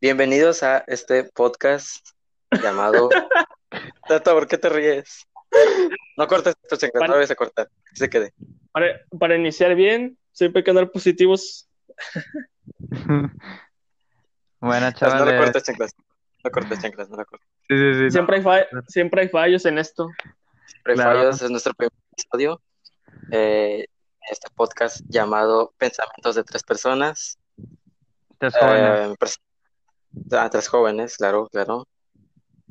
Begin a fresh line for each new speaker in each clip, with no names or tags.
Bienvenidos a este podcast llamado. Tata, ¿por qué te ríes? No cortes esto, chingada,
Para-
no lo vayas a cortar. Que se quede.
Para, para iniciar bien, siempre hay que dar positivos.
Bueno,
Chas, Pues no lo
chavales.
cortes, chanclas. No cortes, chanclas, no lo cortes.
Sí, sí, sí, no.
Siempre hay, fa- siempre hay fallos en esto.
Claro.
Prefallos es nuestro primer episodio. eh, este podcast llamado Pensamientos de tres personas.
Tres jóvenes,
Eh, pres- ah, tres jóvenes, claro, claro.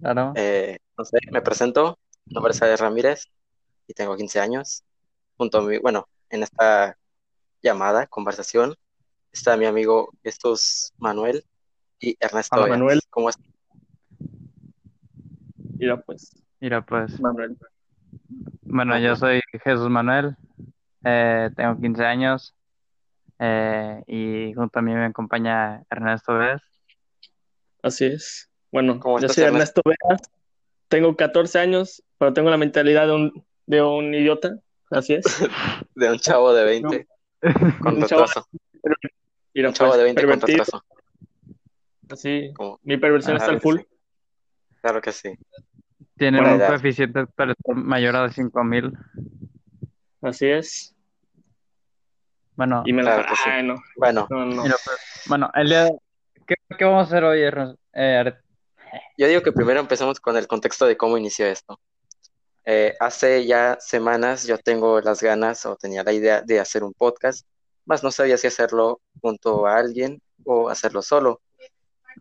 claro.
Eh, no sé, me presento. Mi nombre es Javier Ramírez y tengo 15 años. Junto a mi, bueno, en esta llamada, conversación, está mi amigo estos Manuel y Ernesto.
Hola,
Arias.
Manuel.
¿Cómo estás?
Mira, pues,
Mira, pues.
Manuel.
Bueno, yo soy Jesús Manuel. eh, tengo 15 años. eh, y junto a mí me acompaña Ernesto Vez.
Así es. Bueno,
¿Cómo
yo
estás,
soy Ernesto Veras. Tengo 14 años, pero tengo la mentalidad de un, de un idiota. Así es.
De un chavo de 20 con
Un chavo-
retraso.
Mira,
Un chavo
pues,
de 20 con
pervertido.
retraso.
Así,
Como-
mi perversión
Ah,
está al
claro
full.
que sí. Claro que sí.
Tiene
Buena
un
edad.
coeficiente para estar mayor a 5000.
Así es.
Bueno,
Y me la...
Claro que sí.
Ay, no,
Bueno,
no, no.
mira, pues, bueno, el día. ¿Qué, qué vamos a hacer hoy, Ernesto? Eh, Ar-
yo digo que primero empezamos con el contexto de cómo inició esto. Eh, hace ya semanas yo tengo las ganas o tenía la idea de hacer un podcast, más no sabía si hacerlo junto a alguien o hacerlo solo.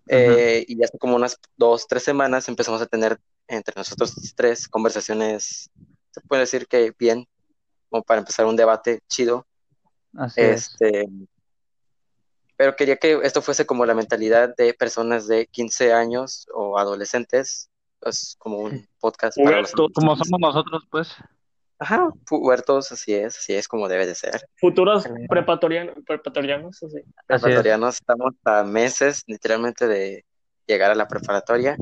Eh, y hace como unas dos, tres semanas empezamos a tener entre nosotros tres conversaciones, se puede decir que bien, como para empezar un debate chido.
así es.
Este, pero quería que esto fuese como la mentalidad de personas de 15 años o adolescentes, es como un podcast para los
Pubertos.
Como somos nosotros, pues.
Ajá, puertos, así es, así es como debe de ser.
Futuros preparatorianos, preparatorianos, así.
Así es.
Preparatorianos, estamos a meses literalmente de llegar a la preparatoria.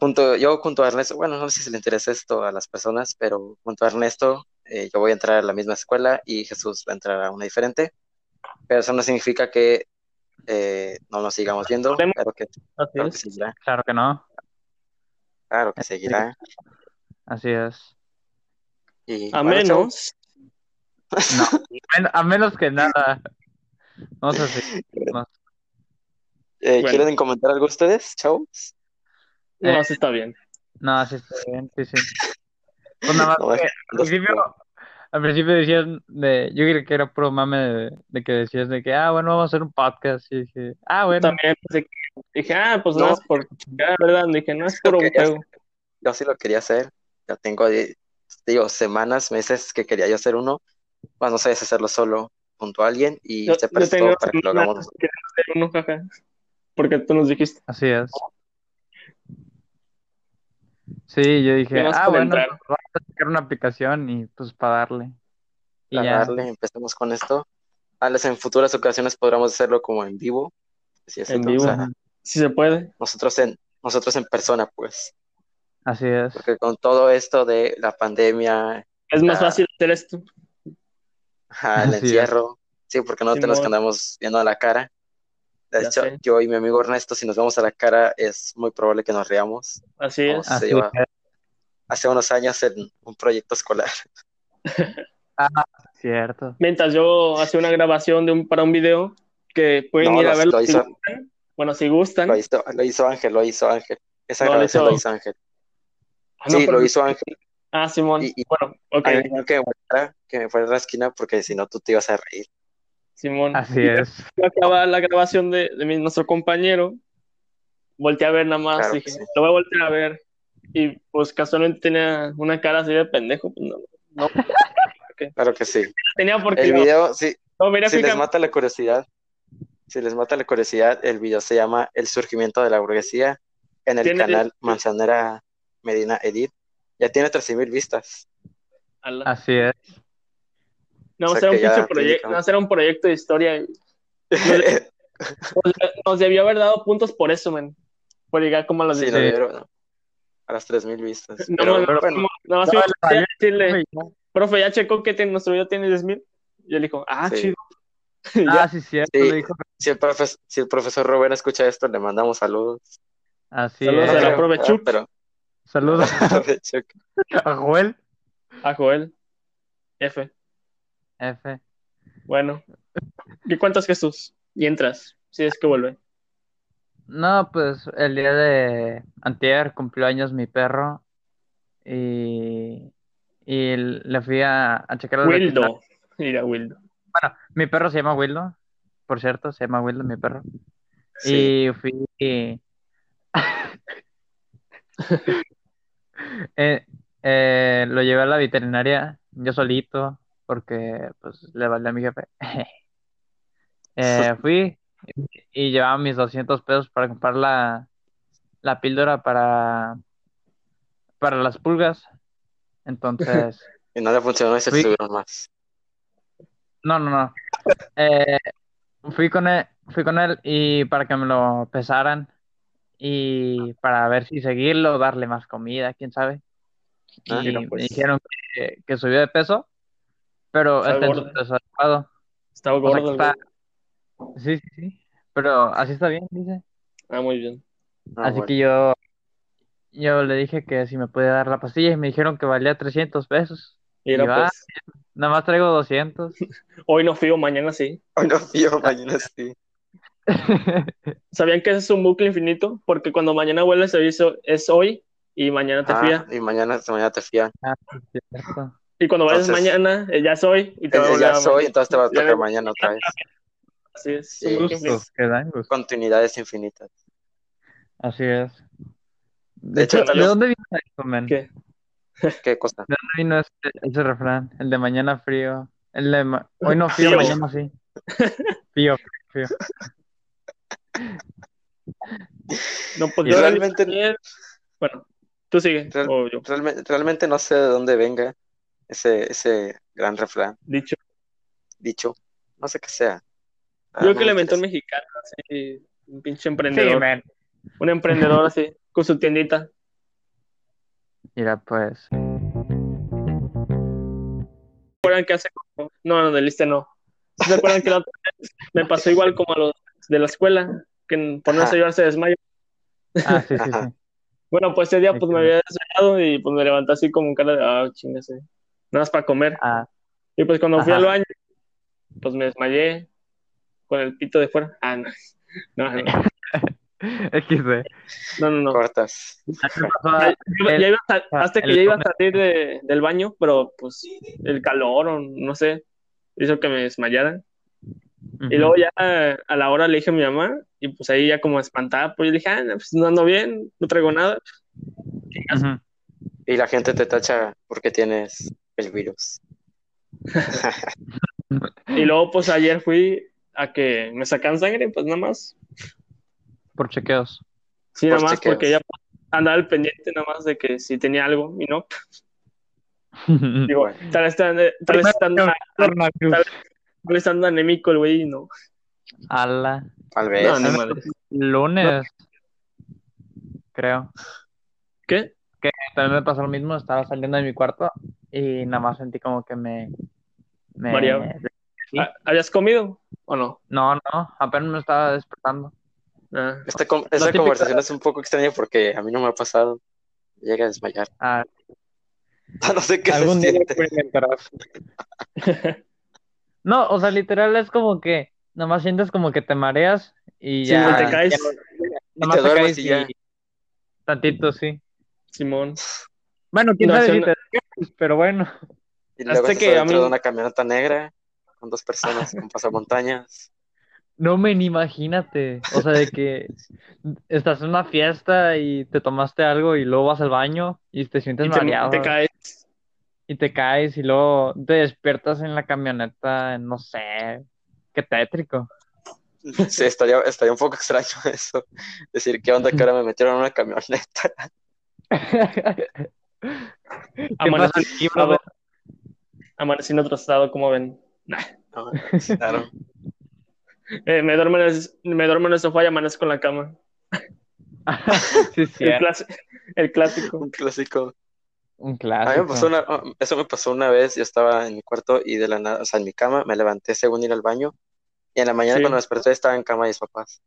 Junto, yo junto a Ernesto, bueno, no sé si le interesa esto a las personas, pero junto a Ernesto, eh, yo voy a entrar a la misma escuela y Jesús va a entrar a una diferente. Pero eso no significa que eh, no nos sigamos viendo,
Hablemos.
claro que
Así
Claro que
es.
seguirá,
Claro que no.
claro que seguirá.
Así es.
Y,
A
bueno, chavos,
menos.
Men- A menos que nada. No sé si.
eh,
Bueno.
¿quieren comentar algo ustedes, chavos?
No,
Eh,
así está bien.
No, así está bien, sí, sí. Pues nada más
No, es-
que al principio, al principio decías de, yo creí que era puro mame de, de que decías de que, ah, bueno, vamos a hacer un podcast, y dije, ah, bueno,
También pensé que- dije, ah, pues no,
No.
es por chingar, ¿verdad? Dije, no es por un
Ok, ya
juego.
Yo sí lo quería hacer. Ya tengo, eh, digo, semanas, meses que quería yo hacer uno. Más no sabes hacerlo solo junto a alguien y
Yo,
se
yo
prestó
tenía
para que lo hagamos
semanas
nosotros.
que no hacía uno, jaja. Porque tú nos dijiste,
así es. Sí, yo dije,
Nada más
ah,
por
bueno,
entrar.
vamos a sacar una aplicación y pues para darle. Y
Para
ya,
darle, empecemos con esto. Tal vez en futuras ocasiones podremos hacerlo como en vivo. Así es,
En
¿no? O
vivo.
sea,
si se puede.
nosotros en, nosotros en persona, pues.
así es.
Porque con todo esto de la pandemia,
Es más
Ah.
fácil hacer esto.
Ajá, el
Así es.
encierro. Sí, porque no
Ni
tenemos que
modo.
andamos viendo a la cara. De
Ya
hecho,
sé.
yo y mi amigo Ernesto, si nos vemos a la cara, es muy probable que nos riamos.
Así
Como
es.
Así
se lleva
es,
hace unos años en un proyecto escolar.
cierto.
Mientras yo hacía una grabación de un, para un video que pueden
No,
ir a
lo-
verlo
lo
si
hizo.
gustan. Bueno, si gustan.
Lo hizo, lo hizo Ángel, lo hizo Ángel. Esa
No, lo
grabación
hizo-
lo hizo Ángel.
Ah, no,
Sí,
pero-
lo hizo Ángel.
Ah, Simón.
Y- y-
Bueno, ok,
Ángel no que me fuera, que me fuera a la esquina porque si no tú te ibas a reír.
Simón.
Así es.
Yo acababa la grabación de, de mi- nuestro compañero, volteé a ver nada más,
Claro que
dije,
sí.
lo voy a voltear a ver. Y pues casualmente tenía una cara así de pendejo. pues, no, no la
Claro que sí.
tenía porque
El
no,
video, sí,
no mira,
si les
fíjate,
mata la curiosidad, si les mata la curiosidad, el video se llama El surgimiento de la burguesía en el
Tiene-
canal Manzanera Medina Edit. Ya tiene 13.000 vistas.
a la-
Así es.
no,
o sea
será un
que ya
pinche
te
proyecto,
ubicamos.
no, será un proyecto de historia. Nos, nos debió haber dado puntos por eso, man. Por llegar como a los
Sí,
10.
lo vieron, ¿no? A las 3.000 vistas.
No,
Pero,
no, no,
bueno,
como- nada más
No,
iba a decirle,
Sí,
profe, ya checó que tiene- nuestro video tiene 10.000. Y él dijo, ah,
Sí.
chido.
Ah, sí, cierto,
Sí.
lo dijo.
Si el, profes- si el profesor Rubén escucha esto, le mandamos saludos.
Así
Saludos
es.
a la
creo,
profe
¿verdad?
Chuck.
Pero,
Saludos
Chuck.
a Joel.
A Joel. F.
F.
Bueno. ¿Y cuentas Jesús? Y entras, si es que vuelve.
No, pues el día de antier cumplió años mi perro y, y le fui a, a
Ah,
checar al veterinario.
Wildo. Mira, Wildo.
Bueno, mi perro se llama Wildo, por cierto, se llama Wildo mi perro.
Sí.
Y fui... Eh, eh, lo llevé a la veterinaria yo solito porque pues le valió a mi jefe. Eh, fui y llevaba mis 200 pesos para comprar la, la píldora para, para las pulgas. Entonces,
Y no le funcionó y se
Sí.
tuvieron más.
no, no, no. Eh, fui con él, fui con él y para que me lo pesaran y para ver si seguirlo, darle más comida, quién sabe.
Ah,
Y
mira,
me
pues.
dijeron que, que subió de peso, pero
Está
está en
gordo.
su peso adecuado.
Estaba
O sea,
gordo.
que
el
está-
güey.
Sí, sí, sí. Pero así está bien, dice.
Ah, muy bien.
Ah,
Así
bueno.
que yo, yo le dije que si me podía dar la pastilla y me dijeron que valía 300 pesos.
Mira,
Y va.
pues.
Nada más traigo 200.
Hoy no fío, mañana sí.
Hoy Oh, no fío, mañana sí.
¿Sabían que ese es un bucle infinito? Porque cuando mañana vuelve el servicio es hoy y mañana te
Ah,
fía.
y mañana, mañana te fían.
Cierto.
Y cuando vayas
entonces-
mañana, eh, ya es hoy y te va a
Eh,
volver
ya
a
soy, entonces te va a
Ya-
tocar mañana otra vez.
Así es.
Sí.
un bucle infinito.
Gustos, que dan gustos.
Continuidades infinitas.
Así es. De,
De hecho,
hecho, ¿de
también-
dónde vino eso, men?
¿Qué?
¿De
¿Qué cosa?
dónde vino ese, ese refrán? El de mañana frío. El de ma- hoy no frío,
Fío.
mañana sí. Fío, frío.
No, pues
Y
yo
realmente-
ayer- Bueno, tú sigue,
Real-
o yo.
Realmente, realmente no sé de dónde venga ese, ese gran refrán
Dicho.
dicho. No sé qué sea. Ah,
yo creo
no
que
me
le inventó un
interesa.
mexicano, así, un pinche
Sí,
emprendedor.
men.
un emprendedor así, con su tiendita.
Mira, pues.
¿Se acuerdan que hace como... No, no, del Issste no. ¿Sí ¿Se acuerdan que la otra vez me pasó igual como a los de la escuela? Que ponerse a
Ajá.
llorar se desmayó.
Ah, sí, sí,
Ajá.
sí.
Bueno, pues ese día pues me había desmayado y pues me levanté así como un cara de, ah, chingase. Nada más para comer.
Ah,
Y pues cuando fui
Ajá.
al baño, pues me desmayé con el pito de fuera. Ah, no. No, no,
XD.
no. no, no.
Cortas.
Ya, ya- ya iba a sal-
Ah,
hasta que
el-
ya iba a salir de- del baño, pero pues el calor o no sé, hizo que me desmayara. Y luego ya eh, a la hora le dije a mi mamá, y pues ahí ya como espantada, pues yo le dije, ah, no, pues no ando bien, no traigo nada.
Ujú.
Y la gente te tacha porque tienes el virus.
Y luego pues ayer fui a que me sacan sangre, pues nada más.
Por chequeos.
Sí,
Por
nada más,
chequeos.
porque ya andaba al pendiente nada más de que si tenía algo y no. Digo,
Bueno.
tal vez, tan- tal vez tan- tal vez ando anémico el güey y no.
Ala.
Tal
Pues,
vez.
No, ni madre.
Lunes. Creo.
¿Qué?
También me pasó lo mismo. Estaba saliendo de mi cuarto y nada más sentí como que me. me-
Mareaba. ¿Ah, ¿Habías comido o no?
No, no. Apenas me estaba despertando.
Ah.
Esta, Este con- esta
típico-
conversación es un poco extraña porque a mí no me ha pasado. Llega a desmayar.
Ah,
No sé qué se
algún día
siente.
experimentarás. No, o sea, literal es como que. Nada más sientes como que te mareas y
Sí,
ya.
te caes,
ya-
Y
Nada
te
más te
duermes
caes
Ah, y ya.
Tantito, sí.
Simón.
Bueno, quién
No,
sabe
sí,
si
no.
te caes, pero bueno.
Y luego
Hasta
estás
que a
dentro
mí-
de una camioneta negra con dos personas con pasamontañas.
No, men, imagínate. O sea, de que estás en una fiesta y te tomaste algo y luego vas al baño y te sientes
Y te,
mareado
te caes.
y te caes y luego te despiertas en la camioneta, no sé. Qué tétrico.
Sí, estaría, estaría un poco extraño eso. Decir, ¿qué onda que ahora me metieron en una camioneta?
¿Qué pasa
Amanecí,
aquí, brother?
amanecí en otro estado, como ven.
No, claro.
Eh, me, duermo en el, me duermo en el sofá y amanezco en la cama.
Sí, sí,
El, clasi- el clásico.
Un clásico.
un
A mí me pasó
clásico.
una, eso me pasó una vez, yo estaba en mi cuarto y de la nada, o sea, en mi cama, me levanté según ir al baño Y en la mañana
Sí.
cuando me desperté estaba en cama de mis papás.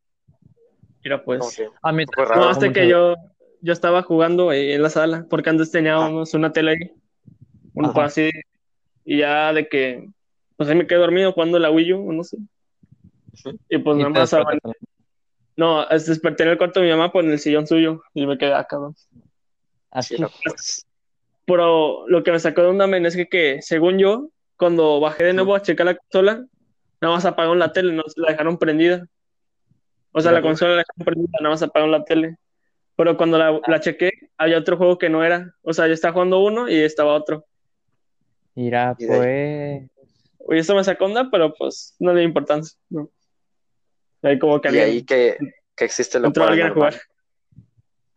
Mira,
Como
pues.
que
A mí
Fue raro.
No,
Ah,
hasta
como
que
que-
yo, yo estaba jugando ahí en la sala, porque antes teníamos una tele ahí, un
Ajá.
poco así, y ya de que, pues ahí me quedé dormido jugando la Wii U, o no sé. Y pues
y
nada
te
más, aban-
despertaste.
no, es- desperté en el cuarto de mi mamá por en el sillón suyo, y me quedé ah, acá, ¿no?
Así.
sí, no, pues,
Pero lo que me sacó de onda, men, es que, que, según yo, cuando bajé de nuevo a checar la consola, nada más apagaron la tele, no la dejaron prendida. O sea,
Ya,
la
pues.
consola la dejaron prendida, nada más apagaron la tele. Pero cuando la,
Ah.
la chequé, había otro juego que no era. O sea, yo estaba jugando uno y estaba otro.
Mira,
Y de ahí.
pues.
Y eso me sacó de onda, pero pues no le dio importancia. ¿no? Y Ahí como que
y
alguien,
ahí que, que existe lo
entró alguien a jugar.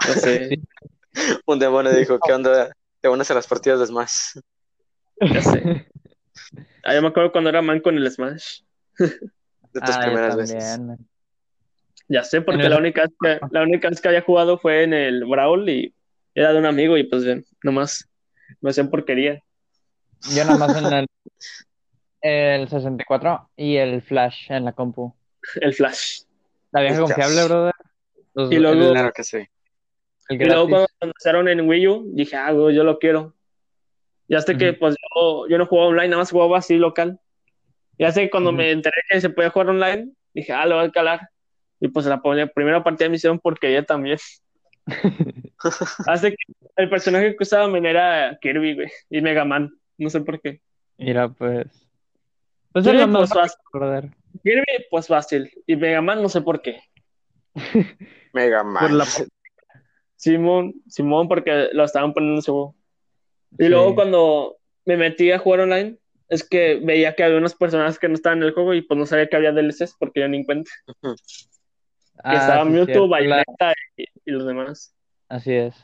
paranormal.
No sé,
Sí.
Un demonio dijo, ¿qué onda? Te unes a las partidas de Smash.
ya sé. Ah, yo me acuerdo cuando era man con el Smash.
De tus
Ah, yo
primeras
también,
veces.
man.
Ya sé, porque
En el-
la única, vez que, la única vez que había jugado fue en el Brawl y era de un amigo y pues bien, nomás me hacían porquería.
Yo nada más en el, el 64 y el Flash en la compu.
El Flash.
La vieja
El
confiable,
Flash.
brother. Los-
Y luego-
el-
Claro que sí.
el
Y luego
gratis.
cuando cuando lanzaron en Wii U, dije, ah, güey, yo lo quiero. Y hasta que
Ujú.
pues yo, yo no jugaba online, nada más jugaba así local. Y hasta que cuando
Ujú.
me enteré que se podía jugar online, dije, ah, lo voy a calar. Y pues la pone- primera partida me hicieron porquería también. Hasta que el personaje que usaba men, era Kirby, güey, y Mega Man. No sé por qué.
Mira, pues. Pues es
Kirby,
lo
pues,
más
fácil.
brother.
Kirby, pues fácil. Y Mega Man, no sé por qué.
Mega
Por
Man.
la-
Simón, Simón, porque lo estaban poniendo en su juego. Y
Sí.
luego cuando me metí a jugar online, es que veía que había unas personas que no estaban en el juego y pues no sabía que había DLCs porque yo ni en cuenta.
Ah,
que estaba
sí,
Mewtwo,
cierto, la-
Bayonetta y, y los demás.
Así es.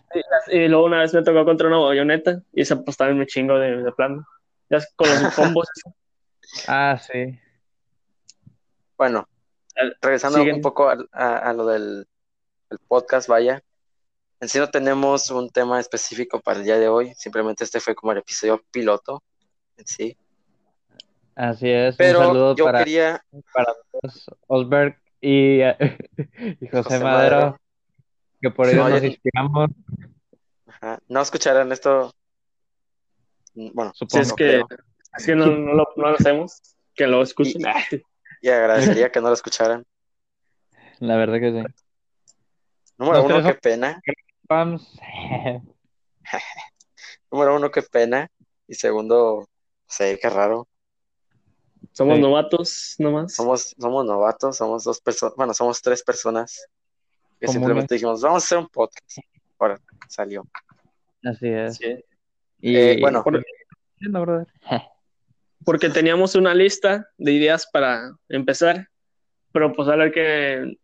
Y luego una vez me tocó contra una Bayonetta y se apostaba en mi chingo de, de plano. Ya es con los combos.
Ah, sí.
Bueno,
Eh,
regresando
siguen.
un poco al- a, a lo del el podcast, vaya. En sí no tenemos un tema específico para el día de hoy. Simplemente este fue como el episodio piloto en sí.
Así es. Un
Pero
saludo
yo
para,
quería...
para todos, Pues, Osberg y, y José,
José
Madero,
Madero.
que por ellos
No,
nos
yo-
inspiramos.
Ajá, No escucharán esto... mm, Bueno,
Si es
no
Supongo.
que,
creo.
es que no, no lo, no lo hacemos, que lo escuchen. Ah,
Y agradecería que no lo escucharan.
La verdad que sí.
Número
Los
uno,
tres-
qué pena.
Pams.
Número uno, qué pena. Y segundo, sí, qué raro.
Somos
Sí.
novatos nomás.
Somos, somos novatos, somos dos personas, bueno, somos tres personas que
Comunes.
simplemente dijimos, vamos a hacer un podcast. Ahora salió.
Así es.
Sí.
Y
Eh, bueno.
Por-
No, brother.
porque teníamos una lista de ideas para empezar, pero pues a ver que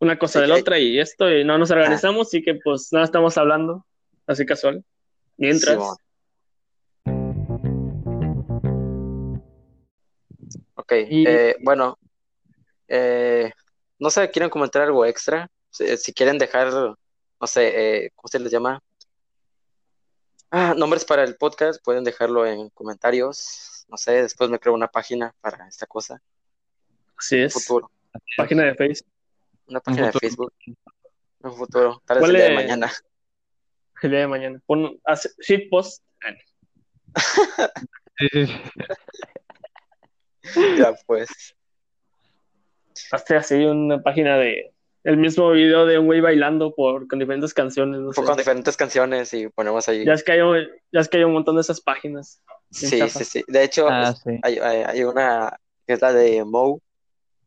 una cosa de la
Ok.
otra y esto, y no nos
ah.
organizamos, y que pues nada, estamos hablando, así casual. Mientras,
Simón. Ok,
Y-
eh, bueno, eh, no sé, ¿quieren comentar algo extra? Si, si quieren dejar, no sé, eh, ¿cómo se les llama? Ah, nombres para el podcast, pueden dejarlo en comentarios. No sé, después me creo una página para esta cosa.
así
Un
es.
futuro,
Página de Facebook.
una página de
futuro.
Facebook. Un futuro, tal vez el
¿Cuál
día de
es?
mañana.
El día de mañana. Pon, hace, pues, shit post.
Sí, sí, sí.
Ya pues.
Hazte así una página de. El mismo video de un güey bailando por, con diferentes canciones. no sé.
Con diferentes canciones y ponemos ahí.
Ya es, que hay, un- ya es que hay un montón de esas páginas.
Sí,
chafa.
sí, sí. De hecho,
Ah,
es-
sí.
hay, hay- hay una que es la de Moe,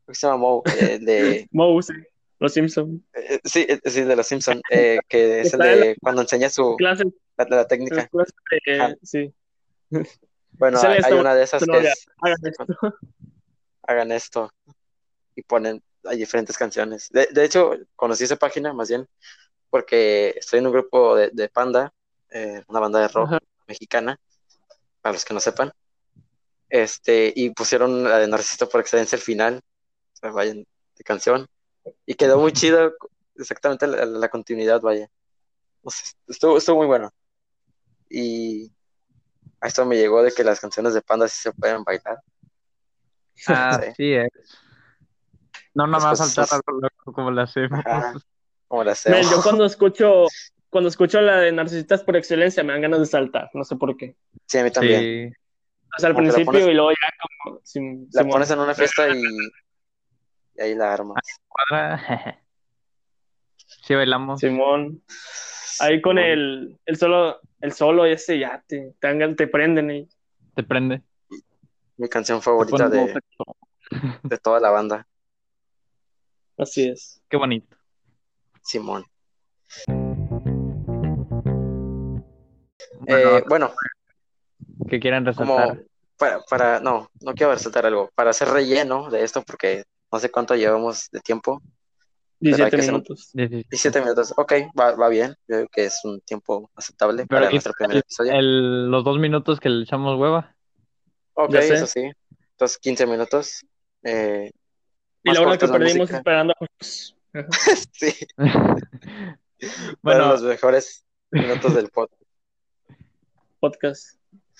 creo que se llama Moe, eh, de,
Mouse, Los Simpsons.
eh, sí, eh, sí, de los Simpson, eh, que es el
Está en
de cuando enseña su
Clases.
la, la
en las
técnica.
clases de-
Oh, Ajá.
sí.
Bueno,
Sale
hay,
esta
hay una de esas
no,
que
ya,
es
hagan esto.
hagan esto y ponen hay diferentes canciones. De, de hecho, conocí esa página más bien porque estoy en un grupo de, de Panda, eh, una banda de rock
Ajá.
mexicana, para los que no sepan. Este, y pusieron la de Narciso por excelencia al final, o sea, vayan de canción. Y quedó muy chido, exactamente la, la continuidad, vaya. No sé, estuvo, estuvo muy bueno. Y a esto me llegó de que las canciones de Panda Ah, sí Pues, se pueden bailar.
Así es. No nomás
Las
saltar
cosas-
a lo loco como lo hacemos.
Ajá. Como la
Men,
hacemos?
yo cuando escucho, cuando escucho la de narcisistas por excelencia me dan ganas de saltar, no sé por qué.
Sí, a mí también.
Sí.
O sea, al
Como que la
principio
pones-
y luego ya como... sin-
La
sin-
pones en una fiesta y, y ahí la armas.
Cuadra. Sí, bailamos.
Simón. Ah, Ahí con
Simón.
el, el solo, el solo ese ya te, te, dan- te prenden y
Te prende. te
Mi canción favorita
pone todo
de,
sexo.
de toda la banda,
así es.
Qué bonito.
Simón.
Bueno,
Eh, bueno,
que quieran
como
resaltar.
para, para, no, no quiero resaltar algo, para hacer relleno de esto, porque no sé cuánto llevamos de tiempo, Pero hay
17
que ser-
minutos.
17.
17 minutos, ok, va, va bien, yo creo que es un tiempo aceptable
Pero
para
aquí-
nuestro primer episodio,
El- los dos minutos que le echamos hueva.
ok,
ya sé.
eso sí, entonces 15 minutos, eh,
Y la
más
hora que
corta la
perdimos
música.
esperando a Jesús. Ajá.
sí, fueron
bueno,
los mejores minutos del podcast,
podcast.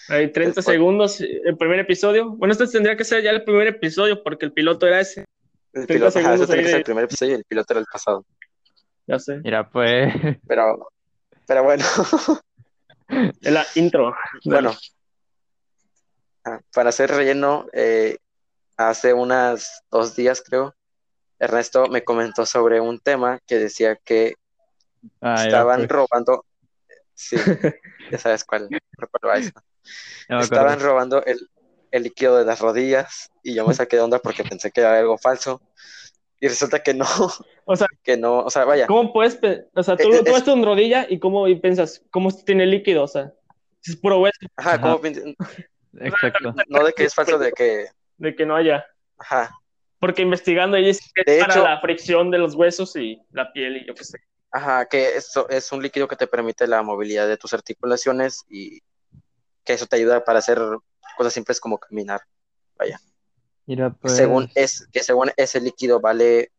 Hay 30
Después.
segundos, eh, el primer episodio. Bueno, este tendría que ser ya el primer episodio porque el piloto era ese.
el
30
piloto, ajá, ese
segundos
tenía que ser
ahí de-
el primer episodio y el piloto era el pasado,
Ya sé.
mira, pues.
pero, pero bueno,
Es la intro.
Bueno, ah, para hacer relleno, eh, hace unas dos días creo, Ernesto me comentó sobre un tema que decía que
ah, ya,
estaban
pues,
robando, sí, ya sabes cuál, por cuál va esto.
pues, ya me acuerdo.
estaban robando el, el líquido de las rodillas y yo me saqué de onda porque pensé que era algo falso y resulta que no,
O sea-
que no, o sea, vaya,
¿Cómo puedes? pe- O sea, tú,
Eh, Es-
tú
es-
haces un rodilla y cómo y piensas, ¿cómo esto tiene líquido? O sea, es puro hueso
ajá,
Ajá.
¿cómo pin-
Exacto.
no de que es falso, de que,
de que no haya.
ajá,
Porque investigando ahí es que
De
es para
hecho-
la fricción de los huesos y la piel y yo qué sé.
Ajá, que eso es un líquido que te permite la movilidad de tus articulaciones y que eso te ayuda para hacer cosas simples como caminar.
Mira, pues.
Según es que según ese líquido vale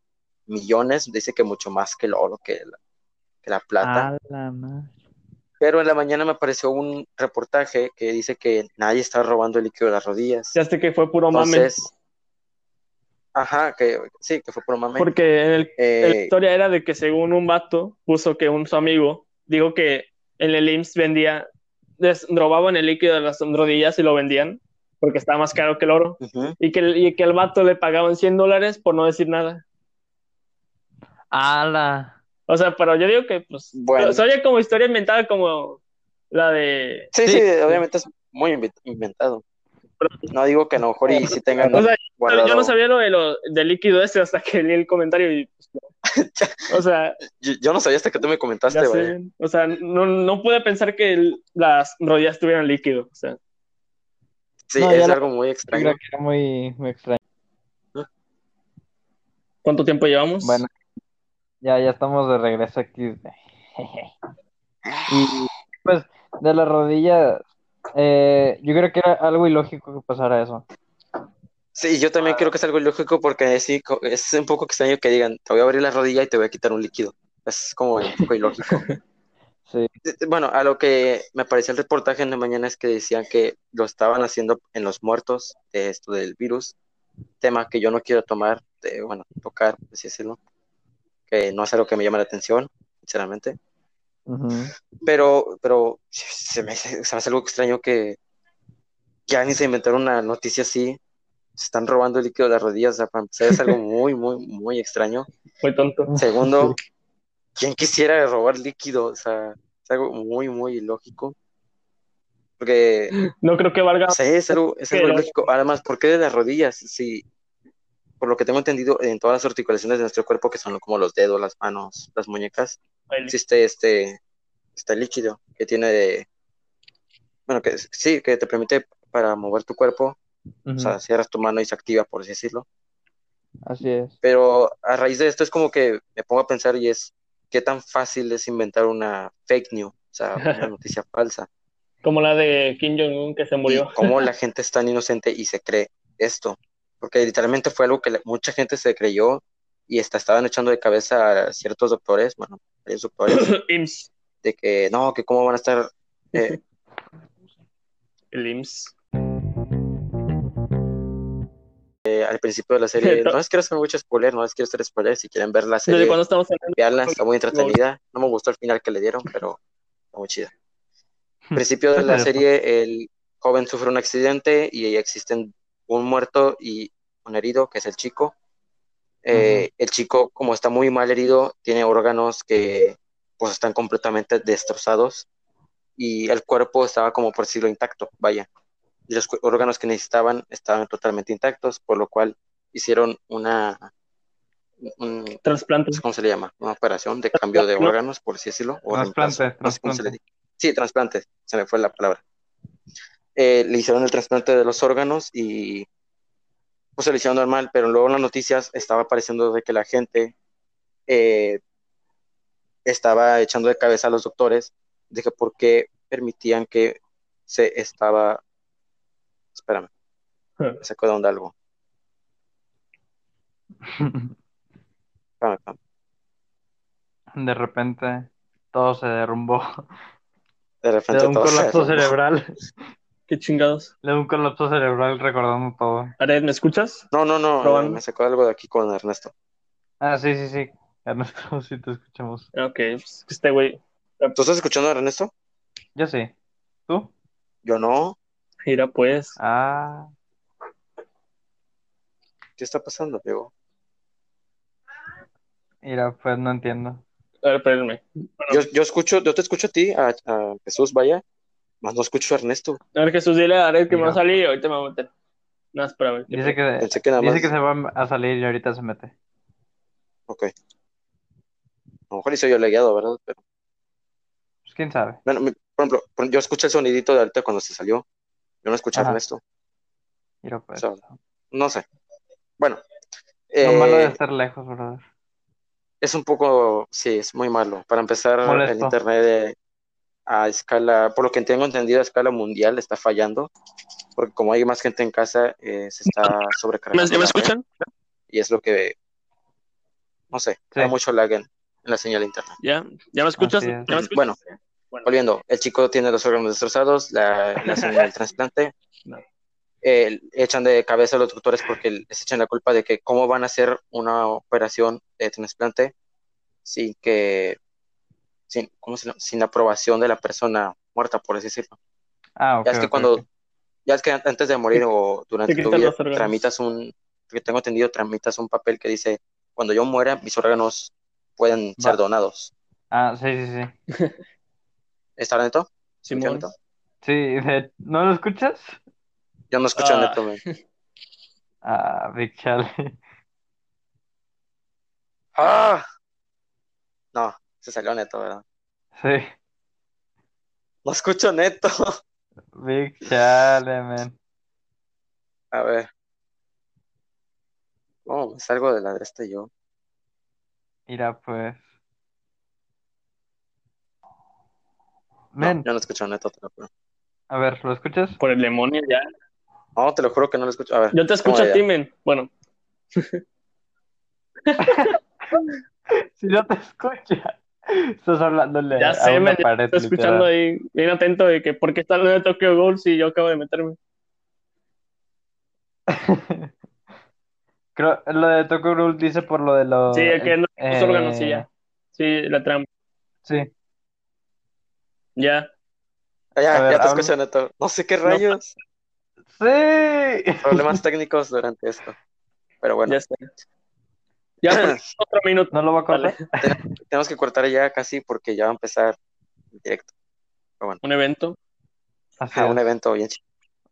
millones, dice que mucho más que el oro, que la, que la
Ah.
plata.
A la madre.
Pero en la mañana me apareció un reportaje que dice que nadie está robando el líquido de las rodillas.
Ya sé que fue puro mame.
Entonces, ajá, que sí, que fue por mame.
Porque en el
Eh,
La historia era de que según un vato puso que un su amigo dijo que en el IMSS vendía, des- robaban el líquido de las rodillas y lo vendían porque estaba más caro que el oro
ujú.
y que, el- y que al vato le pagaban 100 dólares por no decir nada.
A la.
O sea, pero yo digo que pues
Bueno.
se oye como historia inventada como la de...
Sí,
Sí.
sí, obviamente es muy invi- inventado. No digo que a lo mejor y si tengan
O sea,
guardado.
yo no sabía lo, de lo del líquido ese hasta que leí el comentario y... pues, no. O sea,
Yo, yo no sabía hasta que tú me comentaste,
ya
güey.
sé. o sea, no, no pude pensar que el- las rodillas tuvieran líquido. O sea,
Sí,
No, ya
es
lo-
algo muy
Creo
extraño.
que era muy, muy extraño.
¿cuánto tiempo llevamos?
Pues,
Bueno, ya, ya estamos de regreso aquí. Y pues, de la rodilla, eh, yo creo que era algo ilógico que pasara eso.
Sí, yo también creo que es algo lógico porque sí, co- es un poco extraño que digan, te voy a abrir la rodilla y te voy a quitar un líquido. Es como un poco ilógico.
Sí.
Bueno, a lo que me pareció el reportaje en la mañana es que decían que lo estaban haciendo en los muertos de esto del virus, tema que yo no quiero tomar, eh, bueno, tocar, por así decirlo, que no es algo que me llama la atención, sinceramente.
Ujú.
Pero, pero se me, hace- se me hace algo extraño que, que alguien se inventara una noticia así. Se están robando el líquido de las rodillas. O sea, para empezar, es algo muy, muy, muy extraño.
Fue tonto.
Segundo, ¿quién quisiera robar líquido? O sea, es algo muy, muy ilógico. Porque,
No creo que valga
o sea, es algo, es algo
Pero-
ilógico. Además, ¿por qué de las rodillas? Si, por lo que tengo entendido, en todas las articulaciones de nuestro cuerpo, que son como los dedos, las manos, las muñecas,
el-
existe este, este líquido que tiene de, bueno, que es- sí, que te permite para mover tu cuerpo, o
Ujú.
sea, cierras tu mano y se activa, por así decirlo.
Así es.
Pero a raíz de esto es como que me pongo a pensar y es, ¿qué tan fácil es inventar una fake news? O sea, una noticia falsa.
como la de Kim Jong-un que se
Y
murió.
cómo la gente es tan inocente y se cree esto. Porque literalmente fue algo que la- mucha gente se creyó y hasta estaban echando de cabeza a ciertos doctores, bueno, varios doctores,
IMSS.
de que no, que cómo van a estar eh,
El IMSS.
eh, al principio de la serie. No les quiero hacer mucho spoiler, no les quiero hacer spoiler. Si quieren ver la
¿Desde
serie,
cuándo estamos hablando?
veanla, está muy entretenida. No me gustó el final que le dieron, pero está muy chida. Al principio de la serie, el joven sufre un accidente y existen un muerto y un herido, que es el chico. Eh, El chico, como está muy mal herido, tiene órganos que pues están completamente destrozados y el cuerpo estaba como por decirlo intacto, vaya. Y los cu- órganos que necesitaban estaban totalmente intactos, por lo cual hicieron una, un-
Trasplante.
¿cómo se le llama? Una operación de cambio de
No.
órganos, por así decirlo. O
Trasplante,
reemplazo. No sé cómo se le
trasplante.
dice. Sí, trasplante, se me fue la palabra. Eh, le hicieron el trasplante de los órganos y pues se lo hicieron normal, pero luego en las noticias estaba apareciendo de que la gente eh, estaba echando de cabeza a los doctores de que por qué permitían que se estaba... Espérame, me sacó de onda algo. Espérame, espérame.
De repente todo se derrumbó.
De
Le
repente
da un
todo se derrumbó.
colapso cerebral.
Qué chingados.
Le da un colapso cerebral recordando todo.
Ared, ¿me escuchas?
No, no, no,
Probando.
eh, me sacó algo de aquí con Ernesto.
Ah, sí, sí, sí. Ernesto, sí te escuchamos.
Ah, Ok, pues que este güey
¿Tú estás escuchando a Ernesto?
Yo sí. ¿Tú?
Yo no.
irá pues.
Ah.
¿Qué está pasando, Diego?
Mira, pues no entiendo.
A ver, espérenme.
Yo, yo escucho, yo te escucho a ti, a, a Jesús, vaya, más no escucho a Ernesto.
A ver, Jesús, dile a Ared que me va a
Mira.
salir y ahorita me va a meter. Nada, para ver.
Dice que,
Pensé que nada más.
dice que se va a salir y ahorita se mete.
Ok. A lo mejor hice yo legado, ¿verdad? Pero,
Pues quién sabe.
bueno, mi- por ejemplo, por- yo escuché el sonidito de ahorita cuando se salió. Yo no escuché
Ajá.
a Ernesto.
Mira, pues.
Sabe. No sé. Bueno,
Lo malo de
eh,
estar lejos, brother.
es un poco, sí, es muy malo. Para empezar, el
Molesto.
internet eh, a escala, por lo que tengo entendido, a escala mundial está fallando, porque como hay más gente en casa, eh, se está
¿Me,
sobrecargando
¿Me
la
escuchan?
red, y es lo que, no sé,
Sí.
hay mucho lag en, en la señal de internet.
¿Ya? ¿Ya me escuchas?
Así
¿Ya
es.
me escuchas?
Bueno, volviendo, el chico tiene los órganos destrozados, la, la señora del trasplante.
No.
eh, echan de cabeza a los doctores porque les echan la culpa de que cómo van a hacer una operación de trasplante sin que, sin, ¿cómo se llama? sin la aprobación de la persona muerta, por así decirlo.
Ah, ok.
ya es que
ok,
cuando,
ok.
ya es que an- antes de morir o durante
Te
tu
quitan
vida
los órganos.
tramitas un, que tengo entendido, tramitas un papel que dice, cuando yo muera, mis órganos pueden ser
Va.
donados.
Ah, sí, sí, sí.
¿Está neto?
Simón.
¿Escucha, Neto?
Sí, de- ¿no lo escuchas?
Yo no escucho a
Ah.
neto, güey.
Ah, Big Chale.
¡Ah! No, se salió neto, ¿verdad?
Sí,
No escucho neto.
Big Chale, man.
A ver. Oh, me salgo de la de este yo.
Mira, pues.
No,
Men,
yo no escucho neto, te lo juro.
a ver, ¿lo escuchas?
Por el demonio, ya.
No, te lo juro que no lo escucho. A ver.
Yo te escucho
Oh, ya.
a ti, men. Bueno,
Si no te escucha, estás hablándole
Ya
a
sé,
una
men, ya
pared,
estoy escuchando
literal.
ahí, bien atento de que por qué está hablando de Tokyo Ghoul si yo acabo de meterme.
Creo, lo de Tokyo Ghoul dice por lo de los...
Sí, es que no, los
eh,
Pues órganos, sí, ya. Sí, la trama.
Sí,
Ya.
Ah, ya,
A ver,
ya te
habla.
escucho neto. No sé qué rayos.
sí.
Problemas técnicos durante esto. Pero bueno,
Ya está. Ya, pues, otro minuto.
No lo va a cortar.
Dale,
tenemos que cortar ya casi porque ya va a empezar el directo.
un evento.
Así
Ah,
es.
un evento bien chido.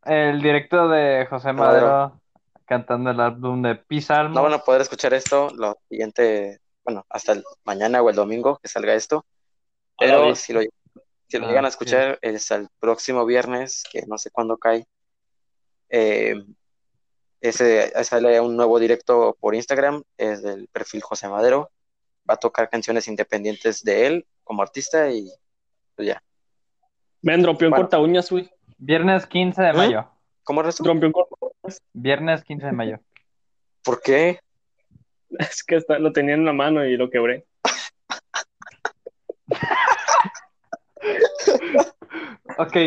El directo de José
Madero.
Madero cantando el álbum de Pizalmo.
No van a poder escuchar esto lo siguiente, bueno, hasta el mañana o el domingo que salga esto.
A la
Pero
vez.
si lo, si lo
Ah,
llegan a
sí.
escuchar es el próximo viernes, que no sé cuándo cae, eh, ese, sale un nuevo directo por Instagram, es del perfil José Madero. Va a tocar canciones independientes de él como artista y pues ya.
Ven, rompió un
Bueno.
corta uñas, güey.
Viernes 15
¿Eh?
de mayo.
¿Cómo resto?
Rompió un corta uñas.
Viernes 15 de mayo.
¿Por qué?
Es que está- lo tenía en la mano y lo quebré.
Ok,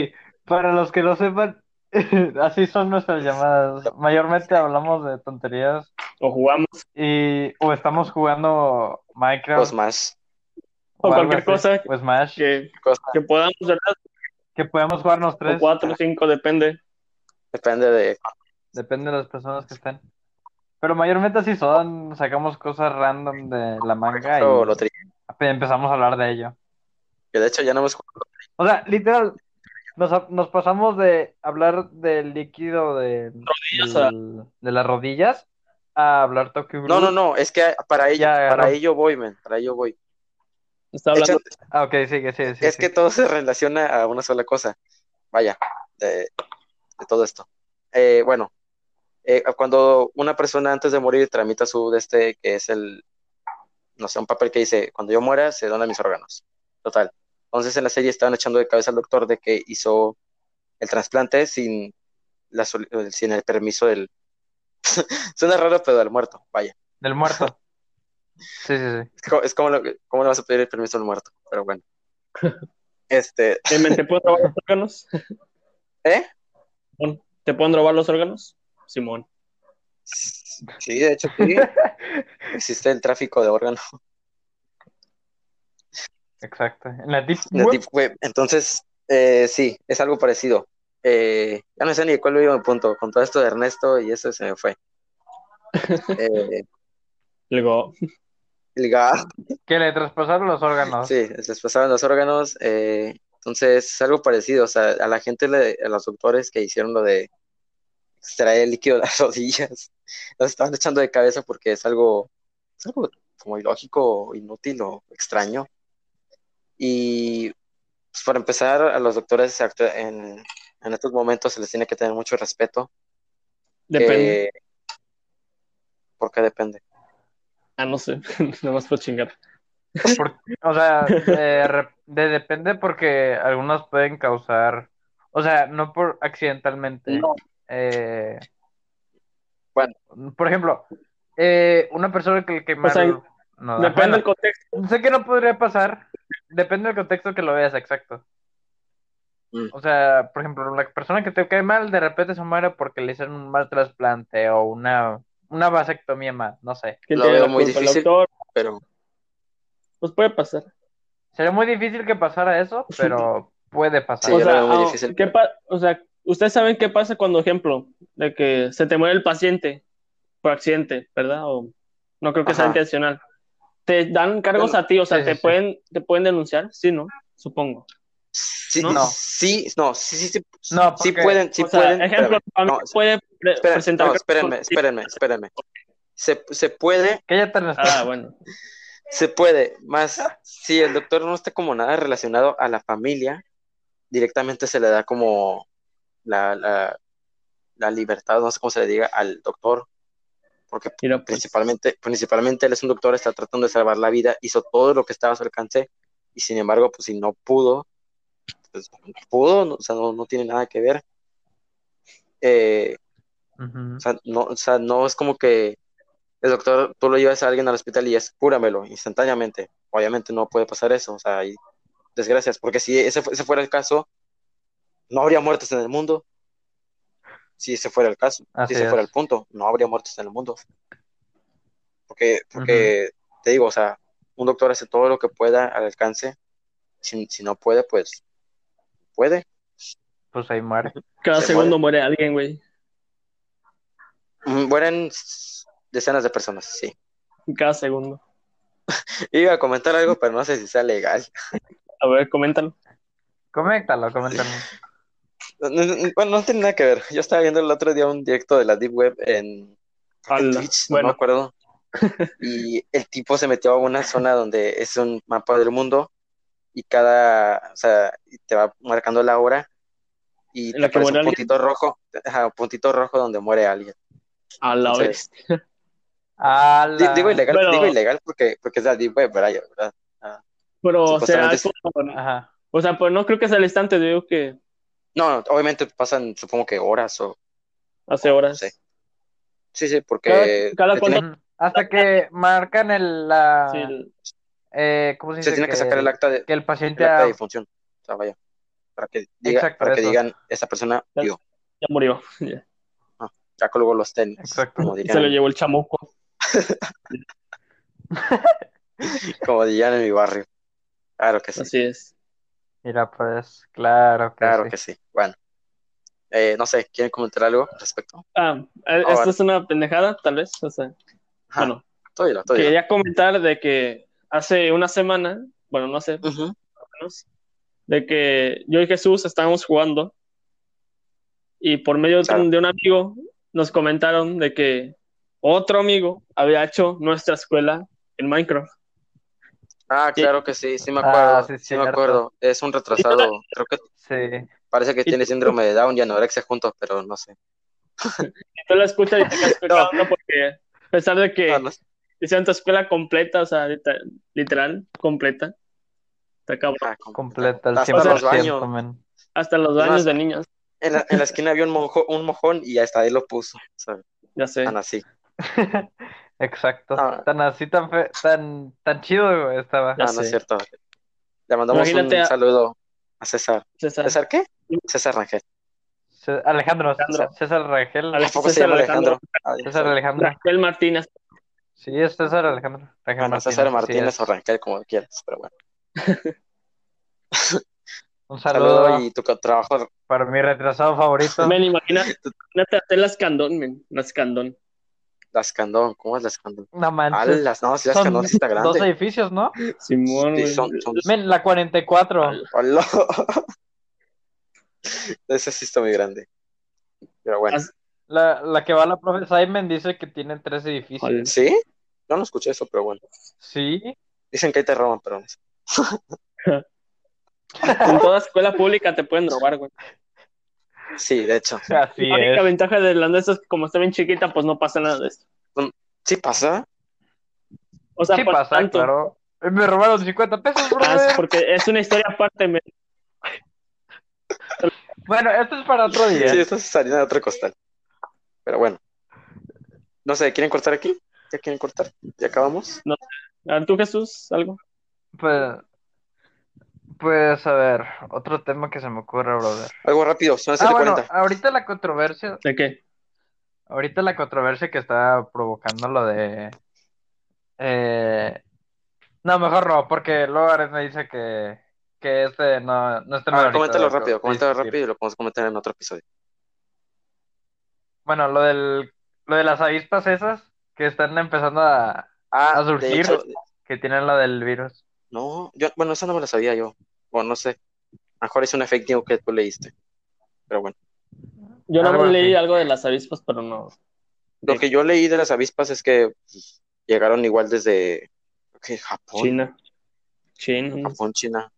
para los que no sepan, Así son nuestras llamadas. Mayormente hablamos de tonterías
O jugamos,
y o estamos jugando Minecraft
Pues más.
o
algo
cualquier
así,
cosa
o Smash, que,
que,
cosa.
que podamos, ¿verdad?
podemos jugarnos
O
tres,
cuatro, cinco, depende.
Depende de.
depende de las personas que estén. Pero mayormente así son, sacamos cosas random de la manga y
o lotería.
empezamos a hablar de ello.
Que de hecho ya no hemos jugado.
O sea, literal, nos, nos pasamos de hablar del líquido de,
a-
del- de las rodillas a hablar Tokyo Ghoul.
No, no, no. Es que para ello,
Ya
para
agarró.
ello voy, men. Para ello voy.
Está hablando
Échate-
Ah, ok, sigue, sigue, sigue,
es que
sigue.
todo se relaciona a una sola cosa. Vaya, de, de todo esto. Eh, bueno, eh, cuando una persona antes de morir tramita su de este, que es el, no sé, un papel que dice, cuando yo muera se donan mis órganos. Total. Entonces en la serie estaban echando de cabeza al doctor de que hizo el trasplante sin, la, sol- sin el permiso del... Suena raro, pero del muerto, vaya.
Del muerto. Sí, sí, sí.
Es co- Es como, lo que- ¿cómo le vas a pedir el permiso al muerto? Pero bueno. Este,
Eh, men, ¿Te pueden robar los órganos?
¿eh?
Simón. ¿Te pueden robar los órganos? Simón.
Sí, de hecho, sí. Existe el tráfico de órganos
Exacto. En la Deep
de
Web,
Deep Web. Entonces, eh, sí, es algo parecido. Eh, ya no sé ni cuál iba mi punto. Con todo esto de Ernesto y eso se me fue. Eh,
Luego,
el gas,
que le traspasaron los órganos.
sí, les pasaban los órganos. eh, entonces, es algo parecido. O sea, a la gente, le- a los doctores que hicieron lo de extraer el líquido de las rodillas, los estaban echando de cabeza porque es algo, es algo como ilógico, inútil o extraño. Y pues, para empezar, a los doctores actu- en, en estos momentos se les tiene que tener mucho respeto.
depende.
eh, porque depende.
Ah, no sé. Nada más por chingar.
Por- o sea, de re- de- depende porque algunos pueden causar, o sea, no por accidentalmente.
No.
Eh,
Bueno.
Por ejemplo, eh, una persona que le quemaron. no,
Depende
bueno,
del contexto.
Sé que no podría pasar. Depende del contexto que lo veas, exacto.
Mm.
O sea, por ejemplo, la persona que te cae mal de repente se muere porque le hicieron un mal trasplante o una, una vasectomía más, no sé.
¿Quién
Lo
tiene
veo
la
muy
culpa? ¿El
difícil.
doctor?
Pero
Pues puede pasar.
Sería muy difícil que pasara eso, pero puede pasar.
Sí,
o,
yo
sea,
lo veo muy
ah,
difícil.
¿qué pa- o sea, ustedes saben qué pasa cuando, ejemplo, de que se te muere el paciente por accidente, ¿verdad? O no creo que sea
Ajá.
intencional. Te dan cargos a ti, o sea,
Sí, sí,
te
sí.
pueden, te pueden denunciar, sí, ¿no? Supongo.
sí,
No.
no. sí, no, sí, sí, sí,
No,
sí
porque-
pueden, sí
o sea,
pueden.
ejemplo,
espérame,
a mí
no,
me puede pre-
espera-
presentar.
no,
cargos
espérenme,
por-
espérenme, espérenme. Se, se puede,
Cállate, Ernesto.
Ah, bueno.
se puede, más si el doctor no está como nada relacionado a la familia, directamente se le da como la, la, la libertad, no sé cómo se le diga, al doctor, porque
Mira, pues,
principalmente, principalmente él es un doctor, está tratando de salvar la vida, hizo todo lo que estaba a su alcance, y sin embargo, pues si no pudo, pues no pudo, no- o sea, no, no tiene nada que ver. Eh,
Ujú.
o sea, no, o sea, no es como que el doctor, tú lo llevas a alguien al hospital y es cúramelo instantáneamente. Obviamente no puede pasar eso, o sea, hay desgracias, porque si ese, fu- ese fuera el caso, no habría muertes en el mundo. Si ese fuera el caso,
Así
si ese fuera
es.
el punto, no habría muertes en el mundo. Porque, porque te digo, o sea, un doctor hace todo lo que pueda al alcance. Si, si no puede, pues puede.
Pues ahí muere.
cada
se
segundo muere alguien, güey.
Mm, Mueren decenas de personas, sí.
Cada segundo.
Iba a comentar algo, pero no sé si sea legal.
A ver, coméntalo.
Coméntalo, coméntalo.
No, no, no, Bueno, no tiene nada que ver. Yo estaba viendo el otro día un directo de la Deep Web en, en
Ala,
Twitch, no
bueno.
me acuerdo. Y el tipo se metió a una zona donde es un mapa del mundo y cada, o sea, y te va marcando la hora y
¿En
te
la
aparece
que
un
muere alguien?
puntito rojo, ajá, un puntito rojo donde muere alguien.
A la
Entonces,
vez.
Di-
Ala.
digo ilegal,
Bueno.
digo ilegal porque, porque es la Deep Web, ¿verdad? ¿verdad?
Pero, o sea,
supuestamente-
como-
Ajá.
o sea, pues no creo que sea al instante, digo que
No, no, obviamente pasan, supongo que horas o...
hace horas.
Oh, Sí. Sí, sí,
Cada-
porque...
cada
se
cuánto-
tiene-
Ujú. Hasta que marcan el, la,
Sí, el-
eh, ¿cómo se
se
dice?
tiene que sacar el acta de,
que el paciente
el acta
ha-
de difunción. O sea, vaya, para que, diga-
Exacto,
para que
eso.
digan, esa persona
Ya-
vio.
ya murió. Ya.
Ya colgó los tenis,
Exacto.
como dirían,
Se lo llevó el chamuco.
como dirían en mi barrio. Claro que sí,
Así es.
Mira, pues, claro que
claro
sí.
que sí. Bueno, Eh, no sé, ¿quieren comentar algo al respecto?
Ah, eh,
Ah,
esto
vale.
es una pendejada, tal vez. O sea,
Ajá,
bueno,
tú dilo, tú dilo.
quería comentar de que hace una semana, bueno, no sé,
Ujú,
menos, de que yo y Jesús estábamos jugando y por medio de
Claro.
un- de un amigo nos comentaron de que otro amigo había hecho nuestra escuela en Minecraft.
Ah,
Sí.
claro que sí, sí me acuerdo,
Ah, sí,
sí me
cierto.
acuerdo. Es un retrasado, creo que
Sí.
parece que
Y-
tiene síndrome de Down y anorexia juntos, pero no sé.
Y tú la escuchas y te quedas pegado, ¿no? porque a pesar de que
Ah, no sé.
hicieron tu escuela completa, o sea, lita- literal, completa, está cabrón.
Ah, como-
Completa, el
Hasta los baños.
100%, men.
hasta los
Es
baños
más-
de niños,
En la, en la esquina había un, monjo- un mojón y hasta ahí lo puso, ¿sabes?
ya sé.
Tan así.
Exacto.
Ah.
Tan así, tan fe- tan, tan chido güey, estaba.
Ya
Ah, no
sé.
es cierto. Le mandamos
Imagínate
un
a- Ah.
saludo a César.
César,
¿César qué? César Rangel.
Ce- Alejandro,
Alejandro.
César Rangel.
¿A
Alex-
poco se
César
llama Alejandro?
César
Ah,
Alejandro.
Raquel Martínez,
Sí, es César Alejandro. Rangel
bueno, César Martínez
Martínez, así es.
o Rangel, como quieras, pero bueno.
Un saludo,
Saludo y tu co- trabajo.
para mi retrasado favorito.
men, imagina, imagínate hacer las candón, men, las candón.
Las Candón, ¿cómo es Las Candón?
No
Ah,
manches.
las, no, si Las
Son
Candón sí está
Dos
grande.
edificios, ¿no?
Simón,
Sí,
güey.
son, son...
Men, la 44.
Hola. Ese sí está muy grande. Pero bueno,
La, la que va la profe Simon dice que tiene tres edificios.
Joder.
¿sí? Yo no escuché eso, pero bueno.
Sí.
Dicen que ahí te roban, pero no sé.
En toda escuela pública te pueden robar, güey.
Sí, de hecho.
Así
La única
es.
ventaja de Irlandesa es que como está bien chiquita, pues no pasa nada de esto.
¿Sí pasa?
O sea,
sí
por
pasa,
tanto,
claro. Eh, Me robaron 50 pesos,
ah, es
brother.
porque es una historia aparte, men.
Bueno, esto es para otro día.
Sí, esto es harina de otro costal. Pero bueno. No sé, ¿quieren cortar aquí? ¿Ya quieren cortar? ¿Ya acabamos?
A ver, tú, Jesús, algo.
Pues, pues, a ver, otro tema que se me ocurre, brother.
Algo rápido, son las
Ah, bueno,
7:40.
ahorita la controversia,
¿De qué?
ahorita la controversia que está provocando lo de... eh, no, mejor no, porque luego Ares me dice que, que este no, no está
A ver, Ah, coméntalo rápido, coméntalo rápido y lo podemos comentar en otro episodio.
Bueno, lo del, lo de las avispas esas que están empezando a,
Ah,
a surgir,
de hecho,
que tienen lo del virus.
no, yo, bueno, eso no me lo sabía yo. O no sé. A lo Mejor es un efectivo que tú leíste. Pero bueno.
Yo no
Algo así.
leí algo de las avispas, pero no.
Lo que yo leí de las avispas es que pues, llegaron igual desde creo que Japón,
China. China.
Japón, China,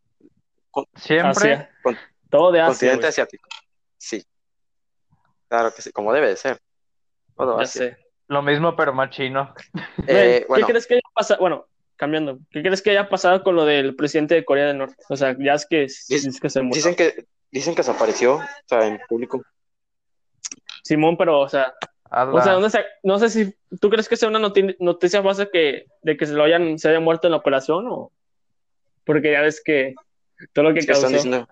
Siempre,
Asia.
Con-
Todo de Asia.
continente
güey.
asiático. Sí. Claro que sí, como debe de ser. Todo
Ya
Asia.
sé.
lo mismo pero más chino.
Eh,
Men,
bueno,
¿Qué crees que haya pasado? Bueno, cambiando. ¿Qué crees que haya pasado con lo del presidente de Corea del Norte? O sea, ya es que, es que se murió.
dicen que dicen que desapareció, o sea, en público.
Simón, pero, o sea, o
Ala.
sea, ¿dónde se- no sé si tú crees que sea una noti- noticia falsa que, de que se lo hayan, se haya muerto en la operación o porque ya ves que todo lo que
Es que están
causó.
diciendo,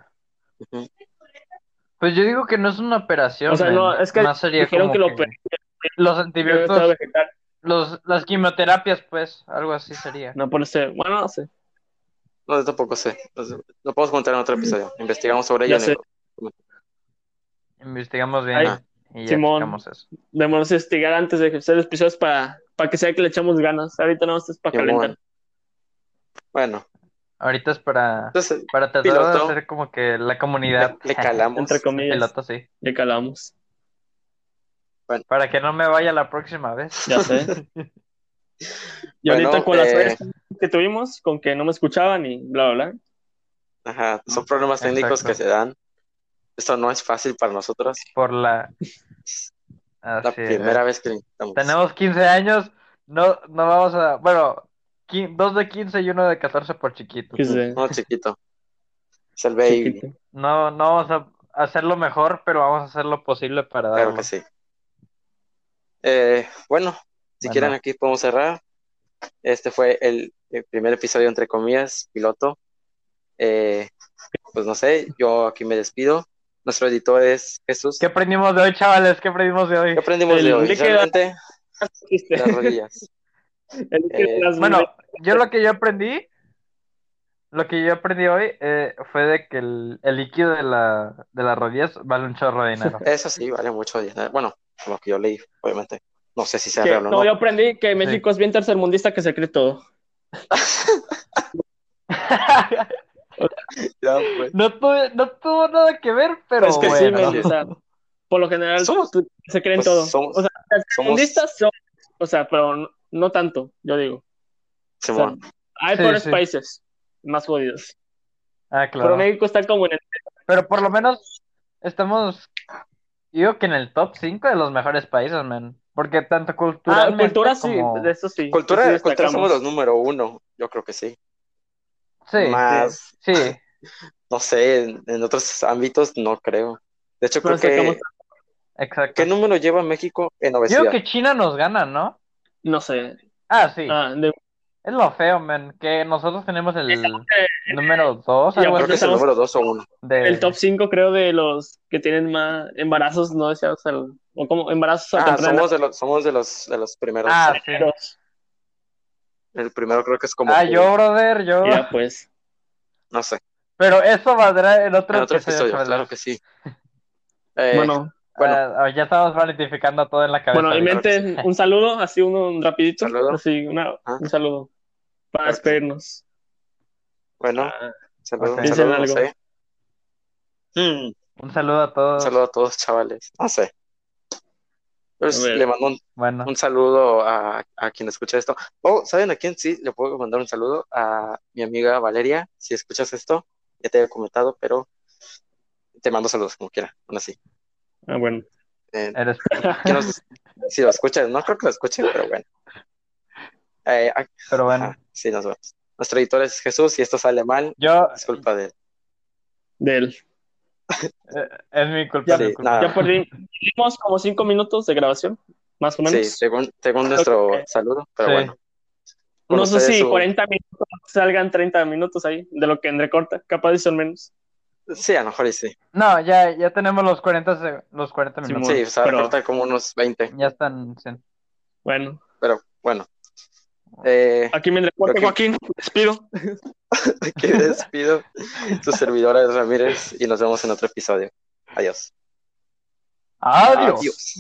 Pues yo digo que no es una operación.
O sea, no,
men.
es que
Más sería
dijeron
como
que lo
que
operó,
los
pero estaba
antibióticos,
vegetal.
los, las quimioterapias, pues, algo así sería.
No, por ese- bueno, no sé.
no, yo tampoco sé. No sé, Lo podemos contar en otro episodio. Investigamos sobre
Mm. Ya
ello.
sé.
Investigamos bien
Ay,
y ya
Simón.
explicamos eso.
Debemos investigar antes de hacer los episodios para, para que sea que le echamos ganas. Ahorita no, esto es para
Simón.
calentar.
Bueno,
Ahorita es para,
entonces
para tratar de
Piloto.
hacer como que la comunidad.
le, le calamos.
Entre comillas,
Piloto, sí.
le calamos.
Para que no me vaya la próxima vez.
Ya sé. Y
Bueno,
ahorita con las
eh,
fallas que tuvimos, con que no me escuchaban y bla, bla, bla.
Ajá, son problemas técnicos
Exacto.
que se dan. Esto no es fácil para nosotros.
Por la.
La
Así es.
primera vez que lo intentamos.
Tenemos 15 años. No, no vamos a. Bueno, qui- dos de 15 y uno de 14 por chiquito.
Que se-
No, chiquito. Es el baby.
chiquito.
No, no vamos a hacerlo mejor, pero vamos a hacer lo posible para
Claro
darlo.
que sí. Eh, bueno, si
Bueno.
quieren aquí podemos cerrar. Este fue el, el primer episodio, entre comillas, piloto. Eh, pues no sé, yo aquí me despido. Nuestro editor es Jesús.
¿Qué aprendimos de hoy, chavales? ¿Qué aprendimos de
¿Qué
hoy?
aprendimos
El
de hoy?
líquido-
Realmente, las
El
rodillas.
que
Eh,
las-
Bueno, yo lo que yo aprendí, lo que yo aprendí hoy eh, fue de que el, el líquido de, la, de las rodillas vale un chorro de dinero.
Eso sí, vale mucho dinero. Bueno, lo que yo leí, obviamente. No sé si sea
que-
real o
no, yo
no.
aprendí que México es bien tercermundista que se cree todo.
Ya, pues.
No, tuve- no tuvo nada que ver, pero
Es que
Sí,
bueno.
men, o sea, por lo general
Somos-
se creen
pues,
todo.
somos-
o sea,
somos-
tercermundistas son, o sea, pero no, no tanto, yo digo. O sea,
Simón.
hay
Sí,
peores
sí.
países más jodidos.
Ah,
Pero
claro.
México está como en el ah,
Pero por lo menos estamos, digo que en el top 5 de los mejores países, man. Porque tanto
Ah,
culturalmente
cultura sí,
como-
de eso sí.
Cultura,
sí
cultura
destacamos.
somos los número uno, yo creo que sí.
Sí, sí,
más-
sí,
No sé, en, en otros ámbitos no creo. De hecho,
Pero
creo que...
sacamos-
exacto.
¿Qué número lleva México en
Yo
obesidad?
que China nos gana, ¿no?
No sé.
Ah, sí.
Ah, de-
Es lo feo, man, que nosotros tenemos el número 2,
Y
Creo
algo
aparte
que es
así,
el
estamos-
número dos o uno.
de...
el top 5 creo de los que tienen más embarazos no deseados al- o como embarazos al
Ah, somos
contrario.
de los, somos de los, de los primeros.
Ah,
eh,
sí.
El primero creo que es como...
Ah,
Cuba,
yo, brother, yo.
Ya pues.
No sé.
Pero eso valdrá en otro
En otro
episodio,
episodio,
chavales.
claro que sí. Eh,
bueno,
bueno.
Ah, ya estamos valentificando todo en la cabeza.
bueno,
claro
inventen un saludo, así uno un rapidito,
Saludo.
así una-
Ah.
un saludo
Claro que
para
sí.
despedirnos.
bueno,
Ah,
saludos,
ok.
saludos,
Dicen
no
algo.
sé. Hmm,
Un saludo a todos.
un saludo a todos, chavales. No sé. Pues,
A ver.
le mando un,
Bueno,
un saludo a, a quien escucha esto. Oh, ¿saben a quién? Sí, le puedo mandar un saludo a mi amiga Valeria. Si escuchas esto, ya te había comentado, pero te mando saludos como quiera, aún así.
ah, bueno.
Eh,
eres...
que nos- si lo escuchas, no creo que lo escuche, pero bueno. Eh, ah,
Pero bueno,
ajá, sí, nos vemos. Nuestro editor es Jesús y esto sale mal.
yo...
Disculpa de él.
De él.
eh, Es mi culpa, es
Sí,
mi culpa.
nada.
Ya perdí- perdimos como 5 minutos de grabación, más o
Sí,
menos.
según, según nuestro saludo, pero
Sí.
bueno. Con
No sé
ustedes
si
su-
40 minutos salgan 30 minutos ahí, de lo que entrecorta, capaz y son menos.
Sí, a lo mejor y sí.
No, ya, ya tenemos los 40, seg- los 40
Sí,
minutos.
Sí, o sea,
Pero-
cortar como unos 20,
Ya están... sí.
Bueno,
pero bueno. Eh,
aquí me reporte
Ok.
Joaquín, despido.
aquí despido su servidora Ramírez y nos vemos en otro episodio. Adiós.
Adiós.